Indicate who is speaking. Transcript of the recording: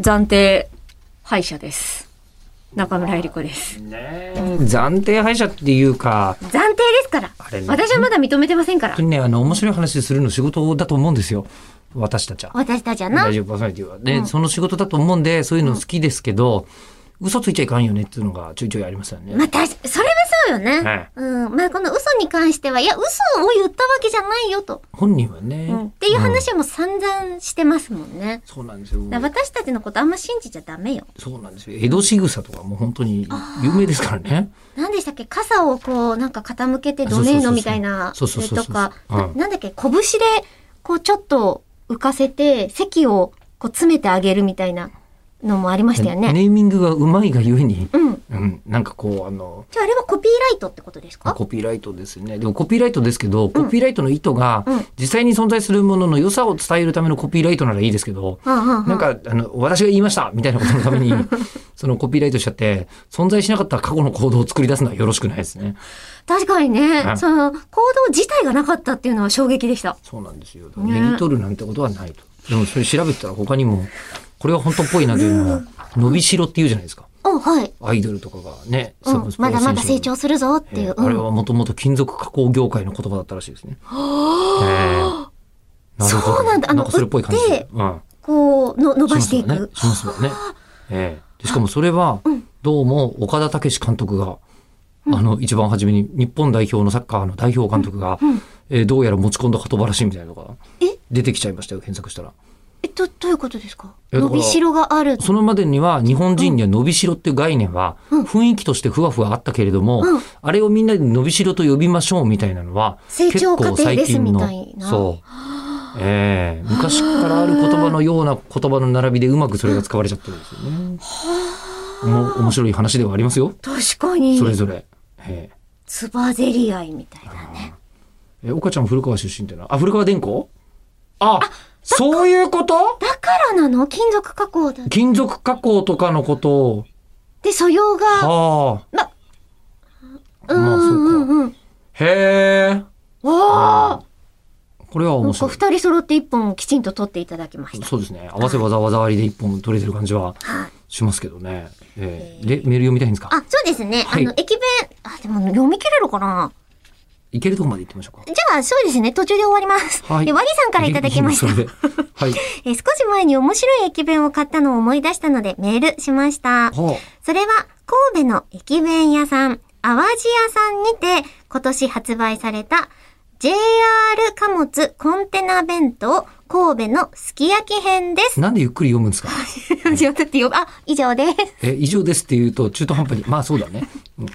Speaker 1: 暫定敗者です。中村えり子です。
Speaker 2: 暫定敗者っていうか、
Speaker 1: 暫定ですから
Speaker 2: あれね
Speaker 1: 私はまだ認めてませんから
Speaker 2: 本当。にね、あの、面白い話するの仕事だと思うんですよ。私たちは。
Speaker 1: 私たちはな
Speaker 2: 大。丈夫、パーソナリティは。で、その仕事だと思うんで、そういうの好きですけど、嘘ついちゃいかんよねっていうのがちょいちょいありますよね。
Speaker 1: まあ、たし、それはそうよね。
Speaker 2: はい
Speaker 1: うん。まあ、この嘘に関しては、いや、嘘を言ったわけじゃないよと。
Speaker 2: 本人はね、
Speaker 1: うん。っていう話はもう散々してますもんね。
Speaker 2: そうなんですよ。
Speaker 1: だから私たちのことあんま信じちゃダメよ。
Speaker 2: そうなんですよ。江戸仕草とかもう本当に有名ですからね。
Speaker 1: 何でしたっけ傘をこう、なんか傾けてドレーのみたいな、
Speaker 2: そうそうそうそう
Speaker 1: とか、
Speaker 2: そうそ
Speaker 1: な
Speaker 2: うそうそううん
Speaker 1: なんだっけ、拳で、こう、ちょっと浮かせて、席をこう、詰めてあげるみたいなのもありましたよね。
Speaker 2: ネーミングがうまいがゆえに、
Speaker 1: うん。
Speaker 2: うん、なんかこう、あの、
Speaker 1: じゃあ、あれはコピーライトってことですか
Speaker 2: コピーライトですね。でもコピーライトですけど、コピーライトの意図が
Speaker 1: うん
Speaker 2: 実際に存在するものの良さを伝えるためのコピーライトならいいですけど、
Speaker 1: うんうんうん
Speaker 2: なんか、あの、私が言いましたみたいなことのため に、そのコピーライトしちゃって、存在しなかった過去の行動を作り出すのはよろしくないですね。
Speaker 1: 確かにね、
Speaker 2: はい
Speaker 1: その行動自体がなかったっていうのは衝撃でした。
Speaker 2: そうなんですよ。だから
Speaker 1: ね
Speaker 2: 目に取るなんてことはないと。でもそれ調べてたら他にも、これは本当っぽいなというのは、伸びしろって言うじゃないですか。
Speaker 1: おはい。
Speaker 2: アイドルとかがね、
Speaker 1: う
Speaker 2: サ
Speaker 1: ん
Speaker 2: ブス、ポ
Speaker 1: ま
Speaker 2: ーツ
Speaker 1: だ
Speaker 2: 選手の
Speaker 1: まだ成長するぞっていう。
Speaker 2: えーあれ
Speaker 1: うん
Speaker 2: はもともと金属加工業界の言葉だったらしいですね。えーるほど
Speaker 1: そうなんだあの
Speaker 2: かそれっぽい感じ
Speaker 1: 売っ
Speaker 2: で
Speaker 1: て。
Speaker 2: うん
Speaker 1: こうの伸
Speaker 2: し
Speaker 1: ば
Speaker 2: ま
Speaker 1: し
Speaker 2: す
Speaker 1: て
Speaker 2: も
Speaker 1: い
Speaker 2: んね
Speaker 1: く。。
Speaker 2: します もんね。ええでしかもそれは、どうも岡田武史監督が、あの、一番初めに日本代表のサッカーの代表監督が、えーどうやら持ち込んだ言葉らしいみたいなのが
Speaker 1: え
Speaker 2: 出てきちゃいましたよ、検索したら。
Speaker 1: えっと、どういうことですか
Speaker 2: いやだ
Speaker 1: 伸
Speaker 2: か
Speaker 1: び
Speaker 2: ら
Speaker 1: しろがある。
Speaker 2: そのまでには日本人には伸びしろっていう概念は雰囲気としてふわふわあったけれども、
Speaker 1: うん
Speaker 2: あれをみんなで伸びしろと呼びましょうみたいなのは
Speaker 1: 成長過程です
Speaker 2: 結構
Speaker 1: みた
Speaker 2: 最
Speaker 1: い
Speaker 2: 近
Speaker 1: な
Speaker 2: のそう、ええ昔からある言葉のような言葉の並びでうまくそれが使われちゃってるんですよね。おも面白い話ではありますよ
Speaker 1: 確かに
Speaker 2: そ、れぞれ。え
Speaker 1: つばぜり合いみたいな。
Speaker 2: ええ岡ちゃんも古川出身ってなあ古川電工あそういうこと
Speaker 1: だからなの金属加工だ。
Speaker 2: 金属加工とかのことを。
Speaker 1: で、素養が、
Speaker 2: はあ。
Speaker 1: う
Speaker 2: まあそうんか
Speaker 1: うんうん。
Speaker 2: へえ。
Speaker 1: おー
Speaker 2: これは
Speaker 1: なん
Speaker 2: 面
Speaker 1: か
Speaker 2: 白い。
Speaker 1: 二人揃って一本きちんと取っていただきました。
Speaker 2: そうですね。合わせ技技ありで一本取れてる感じは
Speaker 1: はい。
Speaker 2: しますけどね。えーで、メール読みたいんですか
Speaker 1: あ、そうですね。
Speaker 2: はい
Speaker 1: あの、駅弁、あ、でも読み切れるかない
Speaker 2: けるとこまで行ってみましょう
Speaker 1: じゃあ、そうですね。途中で終わります。
Speaker 2: か。はい。
Speaker 1: で、ワリさんからいただきまし
Speaker 2: そ
Speaker 1: た。
Speaker 2: れではい。
Speaker 1: えー少し前に面白い駅弁を買ったのを思い出したのでメールしました。
Speaker 2: は
Speaker 1: それは、神戸の駅弁屋さん、淡路屋さんにて、今年発売された、JR 貨物コンテナ弁当、神戸のすき焼き編 で
Speaker 2: あ。
Speaker 1: す。
Speaker 2: なんでゆっくり読むんですか
Speaker 1: 違うだってよあ、以上です。
Speaker 2: え、以上ですって言うと中途半端に。まあそうだね。うん